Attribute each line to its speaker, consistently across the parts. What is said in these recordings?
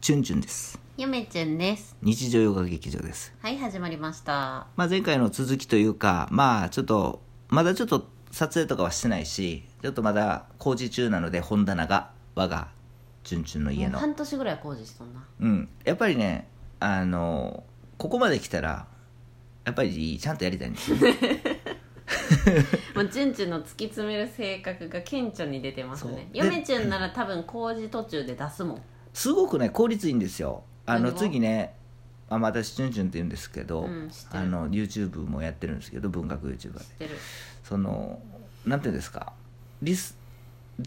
Speaker 1: チュンチュンです
Speaker 2: ゆめちゅんです。
Speaker 1: 日常ヨガ劇場です、
Speaker 2: はい、始まりました。
Speaker 1: まあ、前回の続きというかまあちょっとまだちょっと撮影とかはしてないしちょっとまだ工事中なので本棚が我がチュンチュンの家
Speaker 2: も
Speaker 1: の
Speaker 2: う半年ぐらい工事しとんな。
Speaker 1: うんやっぱりねあのここまで来たらやっぱりちゃんとやりたいん ですよ
Speaker 2: もうちゅんちゅんの突き詰める性格が顕著に出てます
Speaker 1: そう
Speaker 2: ね。ゆめちゅんなら多分工事途中で出すもん。
Speaker 1: すごくね効率いいんですよあ
Speaker 2: 何
Speaker 1: の
Speaker 2: を
Speaker 1: 次ねあまあ私チュンチュンって言うんですけど、
Speaker 2: うん知ってる
Speaker 1: あの YouTube もやってるんですけど文学 YouTuber で
Speaker 2: 知ってる。
Speaker 1: そのなんていうんですかリス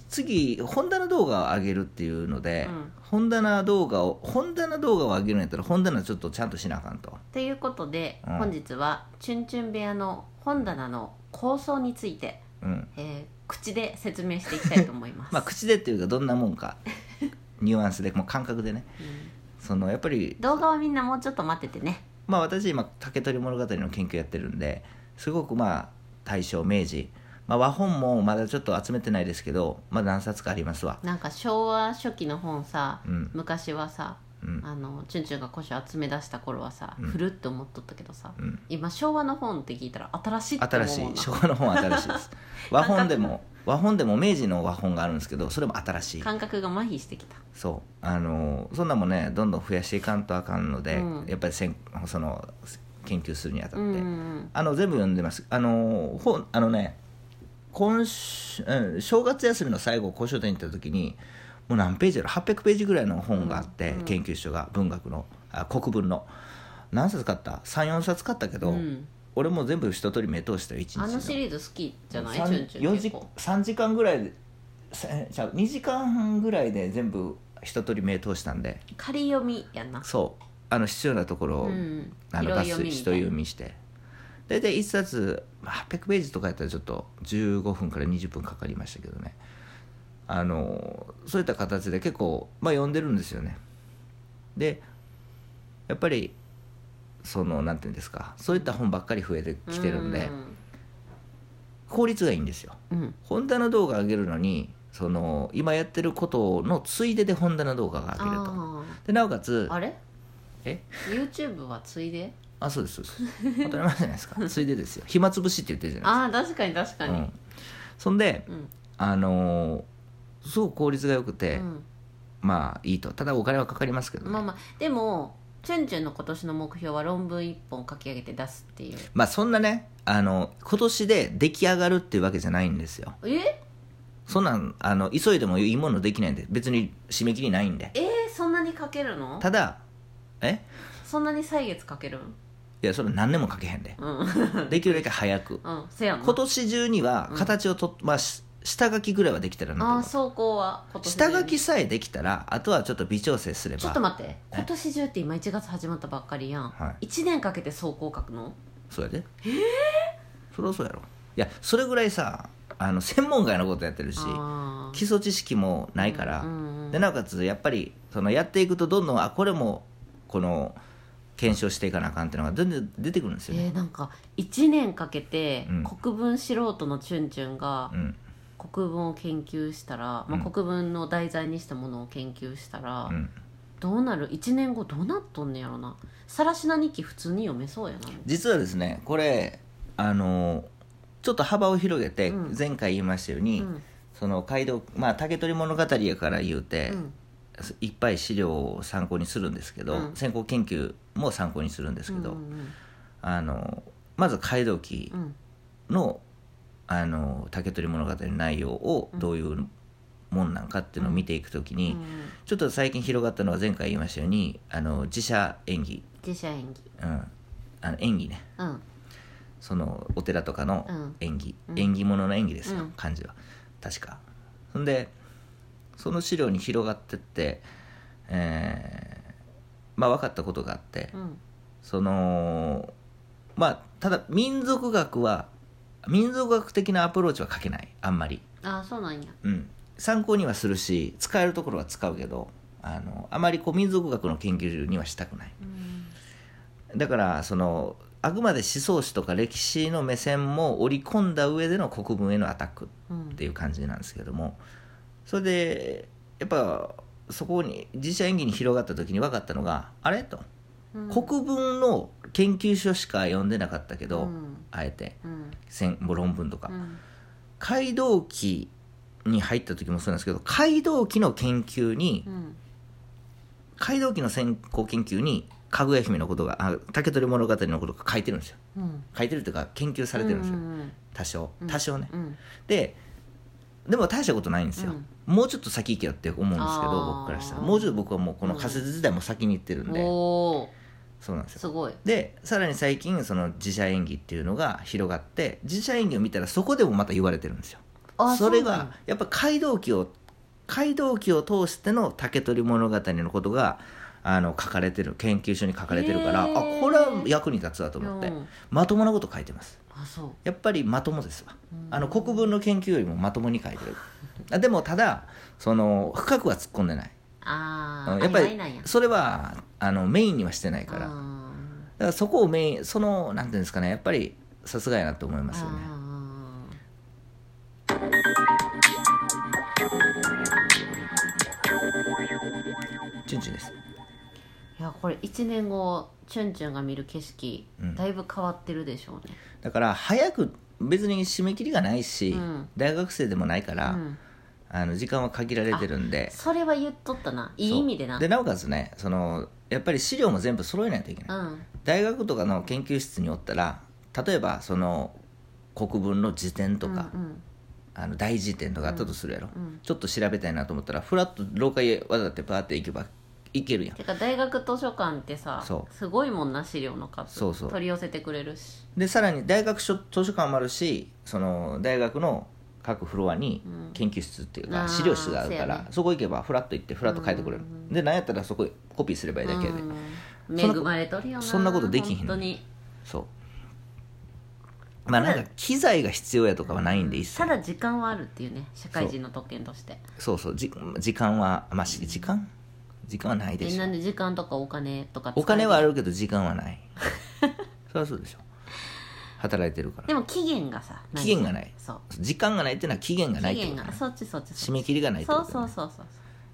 Speaker 1: 次本棚動画を上げるっていうので、
Speaker 2: うん
Speaker 1: 本棚動画を本棚動画を上げるんやったら本棚ちょっとちゃんとしなあかんと
Speaker 2: ということで、
Speaker 1: うん
Speaker 2: 本日はちゅんちゅん部屋の本棚の構想について、
Speaker 1: うん
Speaker 2: えー口で説明していきたいと思います。
Speaker 1: まあ口でっていうかどんなもん かニュアンスでもう感覚でね
Speaker 2: うん
Speaker 1: そのやっぱり
Speaker 2: 動画はみんなもうちょっと待っててね。
Speaker 1: まあ私今竹取物語の研究やってるんですごくまあ大正明治、まあ、和本もまだちょっと集めてないですけどまあ何冊かありますわ
Speaker 2: なんか昭和初期の本さ、
Speaker 1: うん
Speaker 2: 昔はさ、
Speaker 1: うん
Speaker 2: あのチュンチュンが古書集め出した頃はさ、
Speaker 1: うん
Speaker 2: ふるって思っとったけどさ、
Speaker 1: うん
Speaker 2: 今昭和の本って聞いたら新しいって
Speaker 1: 新
Speaker 2: 思う
Speaker 1: し
Speaker 2: もん
Speaker 1: い
Speaker 2: な
Speaker 1: 昭和の本は新しいです 和本でも和本でも明治の和本があるんですけどそれも新しい
Speaker 2: 感覚が麻痺してきた
Speaker 1: そうあのそんなんもねどんどん増やしていかんとあかんので、
Speaker 2: うん
Speaker 1: やっぱりせんその研究するにあたっ
Speaker 2: う
Speaker 1: て、
Speaker 2: んうん
Speaker 1: あの全部読んでますあの本あのね今週、うん、正月休みの最後古書店に行った時にもう何ページやろ800ページぐらいの本があって、
Speaker 2: うんうん
Speaker 1: 研究所が文学のあ国文の何冊買った34冊買ったけ
Speaker 2: う
Speaker 1: ど、
Speaker 2: ん
Speaker 1: 俺も全部一通り目通したよ一日
Speaker 2: あのシリーズ好きじゃないチ
Speaker 1: 三
Speaker 2: ュンチュン
Speaker 1: 四
Speaker 2: 結
Speaker 1: 時
Speaker 2: 構
Speaker 1: 3時間ぐらいでさちゃう2時間半ぐらいで全部一通り目通したんで
Speaker 2: 仮読みやんな
Speaker 1: そうあの必要なところを、
Speaker 2: うん
Speaker 1: あの
Speaker 2: 拾
Speaker 1: 抜粋
Speaker 2: い読みみ
Speaker 1: 一
Speaker 2: たいな
Speaker 1: 読みして大体1冊まあ800ページとかやったらちょっと15分から20分かかりましたけどねあのそういった形で結構まあ読んでるんですよねでやっぱりそのなんていうんですかそういった本ばっかり増えてきてるんで効率がいいんですよ
Speaker 2: うんうん
Speaker 1: ホンダの動画上げるのにその今やってることのついででホンダの動画が上げると
Speaker 2: あ
Speaker 1: でなおかつ
Speaker 2: ーあれ
Speaker 1: え
Speaker 2: YouTube はついで
Speaker 1: あそうですそうです当たり前じゃないです かついでですよ暇つぶしって言ってるじゃない
Speaker 2: ああ確かに確
Speaker 1: で
Speaker 2: か
Speaker 1: すか、う
Speaker 2: に
Speaker 1: ん、そんで
Speaker 2: うん
Speaker 1: あのーすごく効率が良くて、
Speaker 2: うん
Speaker 1: まあいいとただお金はかかりますけどね、
Speaker 2: まあ
Speaker 1: まあ
Speaker 2: まあでもチュンチュンの今年の目標は論文一本書き上げて出すっていう
Speaker 1: そんなねあの今年で出来上がるっていうわけじゃないんですよ
Speaker 2: え
Speaker 1: そんなんあの急いでもいいものできないんで別に締め切りないんで
Speaker 2: えー、そんなに書けるの
Speaker 1: ただえ
Speaker 2: そんなに歳月書ける
Speaker 1: いやそれ何年もかけへんで
Speaker 2: う んうん
Speaker 1: できるだけ早く
Speaker 2: せやな
Speaker 1: 今年中には形をとっ、まあし下書きぐらいはできたらなと
Speaker 2: あ
Speaker 1: 思
Speaker 2: あ
Speaker 1: う
Speaker 2: 走行は今年中
Speaker 1: 下
Speaker 2: に
Speaker 1: 書きさえできたらあとはちょっと微調整すれば
Speaker 2: ちょっと待って今年中って今1月始まったばっかりやん、
Speaker 1: は
Speaker 2: 1年かけて走行書くの
Speaker 1: そうやでえそりゃそうやろいやそれぐらいさあの専門外のことやってるし
Speaker 2: あー
Speaker 1: 基礎知識もないから、
Speaker 2: うんうん
Speaker 1: でなおかつやっぱりそのやっていくとどんどんあこれもこの検証していかなあかんっていうのが全然出てくるんです
Speaker 2: え
Speaker 1: よね、
Speaker 2: ー、なんか1年かけて
Speaker 1: うん
Speaker 2: 国文素人のチュンチュンが
Speaker 1: うん
Speaker 2: 国文を研究したら、
Speaker 1: うん
Speaker 2: まあ、国文の題材にしたものを研究したら、
Speaker 1: うん、
Speaker 2: どうなる1年後どうなっとんねやろなさらしな日記普通に読めそうやな
Speaker 1: 実はですねこれあのちょっと幅を広げて
Speaker 2: うん
Speaker 1: 前回言いましたように、
Speaker 2: うん
Speaker 1: その街道まあ竹取物語やから言うて、
Speaker 2: うん
Speaker 1: いっぱい資料を参考にするんですけど、
Speaker 2: うん
Speaker 1: 先行研究も参考にするんですけど、
Speaker 2: うんうん
Speaker 1: あのまず街道記
Speaker 2: うんうん
Speaker 1: の,、あの竹取物語の内容をどういうもんなんかっていうのを見ていくときに、
Speaker 2: うん
Speaker 1: ちょっと最近広がったのは前回言いましたようにあの自社演技、
Speaker 2: 自社演技
Speaker 1: うん、あの演技ね
Speaker 2: うん
Speaker 1: そのお寺とかの
Speaker 2: うん
Speaker 1: 演技、
Speaker 2: うん
Speaker 1: 演技ものの演技ですよ、
Speaker 2: うん
Speaker 1: 漢字は確かそんでその資料に広がってってえーまあ分かったことがあって、
Speaker 2: うん
Speaker 1: そのまあただ民族学は民族学的なアプローチは書けないあんまり、
Speaker 2: ああそうなんや
Speaker 1: うん、参考にはするし使えるところは使うけどあのあまりこう民族学の研究にはしたくない
Speaker 2: うん
Speaker 1: だからそのあくまで思想史とか歴史の目線も織り込んだ上での国文へのアタック
Speaker 2: うん
Speaker 1: っていう感じなんですけどもそれでやっぱそこに自社演技に広がった時に分かったのがあれと
Speaker 2: うん
Speaker 1: 国文の研究書しか読んでなかったけど、
Speaker 2: うん
Speaker 1: あえて
Speaker 2: うん
Speaker 1: せんもう論文とか、
Speaker 2: うん
Speaker 1: 街道記に入った時もそうなんですけど街道記の研究に
Speaker 2: うん
Speaker 1: 街道記の先行研究にかぐや姫のことがあ竹取物語のことが書いてるんですよ
Speaker 2: うん
Speaker 1: 書いてるというか研究されてるんですよ、
Speaker 2: うん
Speaker 1: 多少
Speaker 2: うん
Speaker 1: 多少ね、
Speaker 2: うん
Speaker 1: ででも大したことないんですよ、もうちょっと先行けよって思うんですけ
Speaker 2: あ
Speaker 1: ど
Speaker 2: ー
Speaker 1: 僕からしたらもうちょっと僕はもうこの仮説自体も先に行ってる
Speaker 2: うんん
Speaker 1: で、
Speaker 2: おー
Speaker 1: そうなんですよ
Speaker 2: すごい
Speaker 1: でさらに最近その自社演技っていうのが広がって自社演技を見たらそこでもまた言われてるんですよ
Speaker 2: あ
Speaker 1: それ
Speaker 2: うな
Speaker 1: が
Speaker 2: んだ
Speaker 1: やっぱ街道記を街道記を通しての竹取物語のことがあの書かれてる研究所に書かれてるからあ
Speaker 2: へー
Speaker 1: これは役に立つわと思って
Speaker 2: うん
Speaker 1: まともなこと書いてます
Speaker 2: あそう
Speaker 1: やっぱりまともですわ
Speaker 2: うん
Speaker 1: あの国文の研究よりもまともに書いてるあでもただその深くは突っ込んでない
Speaker 2: あ
Speaker 1: うん
Speaker 2: あ
Speaker 1: やっぱ
Speaker 2: あれ
Speaker 1: り
Speaker 2: ないなんや
Speaker 1: それはあのメインにはしてないからだ
Speaker 2: あ
Speaker 1: か
Speaker 2: ー
Speaker 1: らそこをメインそのなんていうんですかねやっぱりさすがやなと思いますよね
Speaker 2: あ
Speaker 1: チュンチュンです
Speaker 2: ーいやこれ1年後チュンチュンが見る景色、
Speaker 1: うん
Speaker 2: だいぶ変わってるでしょうね
Speaker 1: だから早く別に締め切りがないし、
Speaker 2: うん
Speaker 1: 大学生でもないから、
Speaker 2: うん、
Speaker 1: あの時間は限られてるんで
Speaker 2: それは言っとったないい意味でな
Speaker 1: そうでなおかつねそのやっぱり資料も全部揃えないといけない、
Speaker 2: うん
Speaker 1: 大学とかの研究室におったら例えばその国文の辞典とか、
Speaker 2: うん
Speaker 1: あの大辞典とかあったとするやろ、
Speaker 2: うんうん
Speaker 1: ちょっと調べたいなと思ったらふらっと廊下へ渡ってパーって行けば行けるやん
Speaker 2: てか大学図書館ってさ
Speaker 1: そう
Speaker 2: すごいもんな資料の数
Speaker 1: そうそう
Speaker 2: 取り寄せてくれるし、
Speaker 1: でさらに大学書図書館もあるしその大学の各フロアに
Speaker 2: うん
Speaker 1: 研究室っていうか、
Speaker 2: あー
Speaker 1: 資料室があるか
Speaker 2: そう
Speaker 1: ら
Speaker 2: や
Speaker 1: そ,、
Speaker 2: ね
Speaker 1: こ行けばフラッと行ってフラッと書いてくれる、
Speaker 2: うん
Speaker 1: でなんやったらそこコピーすればいいだけで、
Speaker 2: うん恵まれとるよな
Speaker 1: そんなことできひん
Speaker 2: 本当に
Speaker 1: そうまあなんか機材が必要やとかはないんで一切
Speaker 2: ただ時間はあるっていうね社会人の特権として
Speaker 1: そうそうじ時間はまあし時間時間はないで
Speaker 2: み
Speaker 1: し
Speaker 2: ん
Speaker 1: ょ
Speaker 2: なで時間とかお金とか使える
Speaker 1: お金はあるけど時間はない そりゃそうでしょ働いてるから
Speaker 2: でも期限がさない
Speaker 1: 期限がない
Speaker 2: そう
Speaker 1: 時間がないっていうのは期限がないっ
Speaker 2: 期
Speaker 1: てこ
Speaker 2: 限
Speaker 1: とね
Speaker 2: がそっちそっち
Speaker 1: 締め切りがないってこ
Speaker 2: そ
Speaker 1: と
Speaker 2: う
Speaker 1: ね
Speaker 2: そうそうそう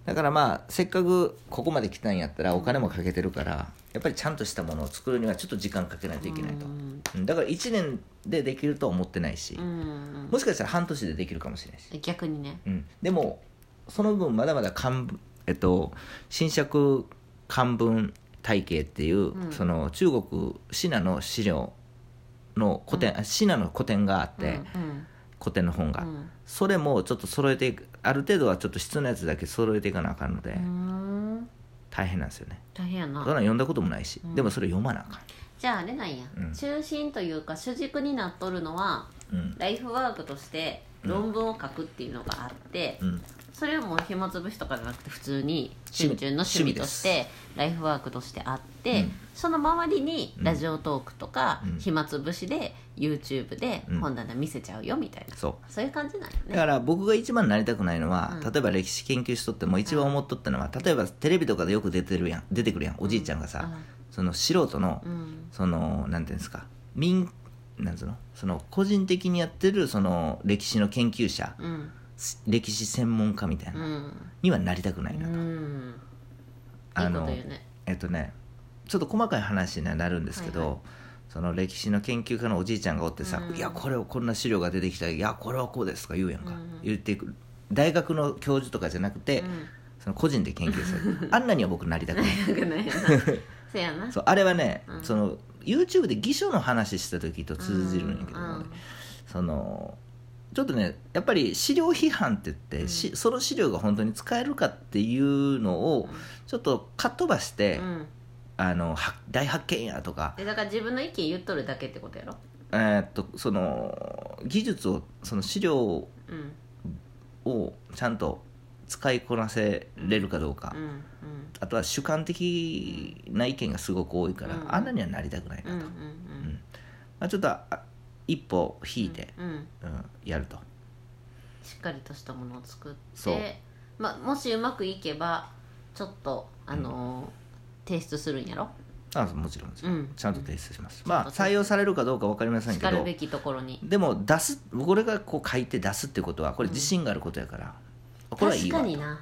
Speaker 1: だからまあせっかくここまで来たんやったらお金もかけてるからやっぱりちゃんとしたものを作るにはちょっと時間かけないといけないと
Speaker 2: うん
Speaker 1: うんだから1年でできるとは思ってないし
Speaker 2: うん
Speaker 1: もしかしたら半年でできるかもしれないし、
Speaker 2: 逆にね
Speaker 1: うん、でもその分まだまだ漢文えっと新釈漢文体系っていう、
Speaker 2: うん
Speaker 1: その中国シナの資料の古典、あシナの古典があって、
Speaker 2: うん
Speaker 1: 古典の本が、
Speaker 2: うん
Speaker 1: それもちょっと揃えていくある程度はちょっと質のやつだけ揃えていかなあかんので、
Speaker 2: うんうん
Speaker 1: 大変なんですよね
Speaker 2: 大変や
Speaker 1: だから
Speaker 2: な
Speaker 1: 読んだこともないし、
Speaker 2: うん
Speaker 1: でもそれ読まなあか
Speaker 2: じゃああれなんや、
Speaker 1: うん
Speaker 2: 中心というか主軸になっとるのは
Speaker 1: んうん
Speaker 2: ライフワークとして論文を書くっていうのがあって、
Speaker 1: うん
Speaker 2: それをもう暇つぶしとかじゃなくて普通にチュンチュンの趣味としてライフワークとしてあって、
Speaker 1: うん
Speaker 2: その周りにラジオトークとか、
Speaker 1: うん
Speaker 2: 暇つぶしで YouTube で
Speaker 1: うん
Speaker 2: 本棚見せちゃうよみたいな、
Speaker 1: そう
Speaker 2: そういう感じなんよ
Speaker 1: だ
Speaker 2: ね
Speaker 1: から僕が一番なりたくないのは、
Speaker 2: うん
Speaker 1: 例えば歴史研究しとっても一番思っとったのは、例えばテレビとかでよく出てるやん出てくるやんおじいちゃんがさ、その素人の、
Speaker 2: うん
Speaker 1: そのなんていうんですか民なんつうのその個人的にやってるその歴史の研究者、
Speaker 2: うん
Speaker 1: 歴史専門家みたいな、
Speaker 2: うん
Speaker 1: にはなりたくないな
Speaker 2: う
Speaker 1: と、
Speaker 2: んいい
Speaker 1: あ
Speaker 2: こと
Speaker 1: の
Speaker 2: 言うね
Speaker 1: えっとねちょっと細かい話にはなるんですけど、
Speaker 2: はいは
Speaker 1: その歴史の研究家のおじいちゃんがおってさ「
Speaker 2: うん
Speaker 1: いやこれをこんな資料が出てきたいやこれはこうです」とか言うやんか、
Speaker 2: うん
Speaker 1: 言っていく大学の教授とかじゃなくて、
Speaker 2: うん
Speaker 1: その個人で研究するあんなには僕なりたくない
Speaker 2: なんかないよな せやな
Speaker 1: そうあれはね、
Speaker 2: うん
Speaker 1: その YouTube で偽書の話した時と通じるんやけど、ね
Speaker 2: うん
Speaker 1: そのちょっとねやっぱり資料批判って言って、
Speaker 2: うん
Speaker 1: しその資料が本当に使えるかっていうのを
Speaker 2: うん
Speaker 1: ちょっとかっ飛ばして、
Speaker 2: うん
Speaker 1: あのは大発見やとか、
Speaker 2: でだから自分の意見言っとるだけってことやろ
Speaker 1: えーっとその技術をその資料
Speaker 2: うん
Speaker 1: をちゃんと使いこなせれるかどうか、
Speaker 2: うんうん
Speaker 1: あとは主観的な意見がすごく多いから、
Speaker 2: うん
Speaker 1: あんなにはなりたくないな
Speaker 2: うんうん
Speaker 1: と、ま
Speaker 2: うん
Speaker 1: あ、ちょっとあ一歩引いて、
Speaker 2: うんうん
Speaker 1: うん、やると
Speaker 2: しっかりとしたものを作って
Speaker 1: そう
Speaker 2: まあ、もしうまくいけばちょっと、あのー提出するんやろ
Speaker 1: あもちろんもちろん、
Speaker 2: うん
Speaker 1: ちゃんと提出します、
Speaker 2: うん
Speaker 1: まあ採用されるかどうか分かりません
Speaker 2: し
Speaker 1: け
Speaker 2: かる
Speaker 1: ど
Speaker 2: べきところに
Speaker 1: でも出すこれがこう書いて出すってことはこれ自信があることやから、これはい
Speaker 2: 確
Speaker 1: いわ
Speaker 2: かにな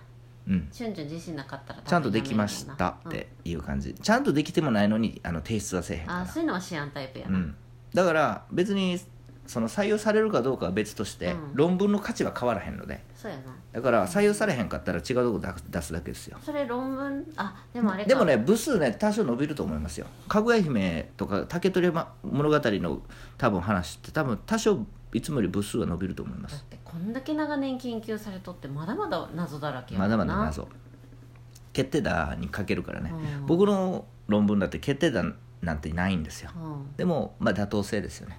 Speaker 1: うん
Speaker 2: しゅんじゅん自身なかったら
Speaker 1: ちゃんとできました
Speaker 2: うん
Speaker 1: っていう感じ、ちゃんとできてもないのにあの提出はせえへんか
Speaker 2: あ
Speaker 1: ら
Speaker 2: そういうのはシアンタイプや
Speaker 1: う
Speaker 2: な、
Speaker 1: ん、だから別にその採用されるかどうかは別として、
Speaker 2: うん
Speaker 1: 論文の価値は変わらへんので
Speaker 2: そうやな
Speaker 1: だから採用されへんかったら違うとこ出出すだけですよ
Speaker 2: それ論文あでもあれか
Speaker 1: でもね部数ね多少伸びると思いますよ「かぐや姫」とか「竹取物語」の多分話って多分多少いつもより部数は伸びると思いま
Speaker 2: だっ
Speaker 1: す
Speaker 2: てこんだけ長年研究されとってまだまだ謎だらけやも
Speaker 1: ま
Speaker 2: ん
Speaker 1: だ
Speaker 2: な
Speaker 1: まだ謎決定打にかけるからね、
Speaker 2: うん
Speaker 1: 僕の論文だって決定打なんてないんですよ
Speaker 2: うん
Speaker 1: でもまあ妥当性ですよね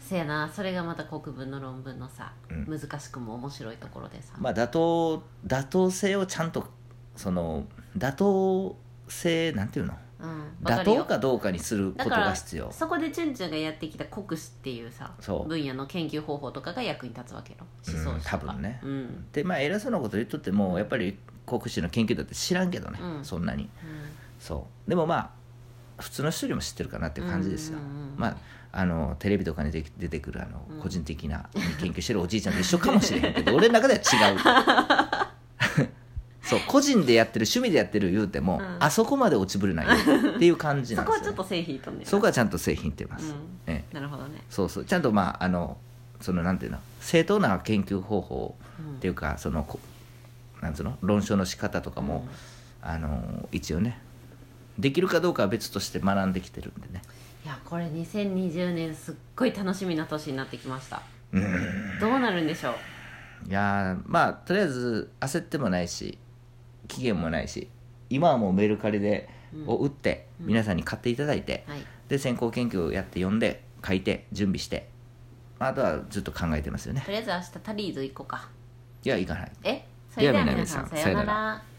Speaker 2: せやなそれがまた国文の論文のさ、
Speaker 1: うん
Speaker 2: 難しくも面白いところでさ、
Speaker 1: まあ妥当妥当性をちゃんとその妥当性なんていうの
Speaker 2: うん、わ
Speaker 1: 妥
Speaker 2: るよ
Speaker 1: 当かどうかにすることが必要
Speaker 2: そこでチュンチュンがやってきた国史っていうさ
Speaker 1: そう
Speaker 2: 分野の研究方法とかが役に立つわけよ思想史とか
Speaker 1: うん多分ね
Speaker 2: うん、うん
Speaker 1: でまあ偉そうなこと言っとってもやっぱり国史の研究だって知らんけどね、
Speaker 2: うん
Speaker 1: そんなにそうでもまあ普通の人よりも知ってるかなっていう感じですよ、
Speaker 2: うんうんうんうん
Speaker 1: まああのテレビとかに出て出てくるあの、
Speaker 2: うん
Speaker 1: 個人的な研究してるおじいちゃんと一緒かもしれへんけど 俺の中では違うそう 個人でやってる趣味でやってる言うても、
Speaker 2: うん
Speaker 1: あそこまで落ちぶれないよっていう感じな
Speaker 2: そ
Speaker 1: ん
Speaker 2: こ
Speaker 1: ですよ、ね、
Speaker 2: はちょっと製品とんねんな
Speaker 1: そこはちゃんと製品って言います、
Speaker 2: うん
Speaker 1: ええ
Speaker 2: なるほどね
Speaker 1: そうそうちゃんとまああのそのなんていうの正当な研究方法っていうか、そのこなんつうの論証の仕方とかも、あの一応ねできるかどうかは別として学んできてるんでね
Speaker 2: いやこれ2020年すっごい楽しみな年になってきました
Speaker 1: うん
Speaker 2: どうなるんでしょう
Speaker 1: いやーまあとりあえず焦ってもないし期限もないし今はもうメルカリで、
Speaker 2: うん
Speaker 1: を打って
Speaker 2: うん
Speaker 1: 皆さんに買っていただいて、
Speaker 2: はい
Speaker 1: で先行研究をやって読んで書いて準備してあとはずっと考えてますよね
Speaker 2: とりあえず明日タリーズ行こうか
Speaker 1: いや行かない
Speaker 2: えそれでは皆さ
Speaker 1: では皆さん
Speaker 2: んさような
Speaker 1: さような
Speaker 2: ら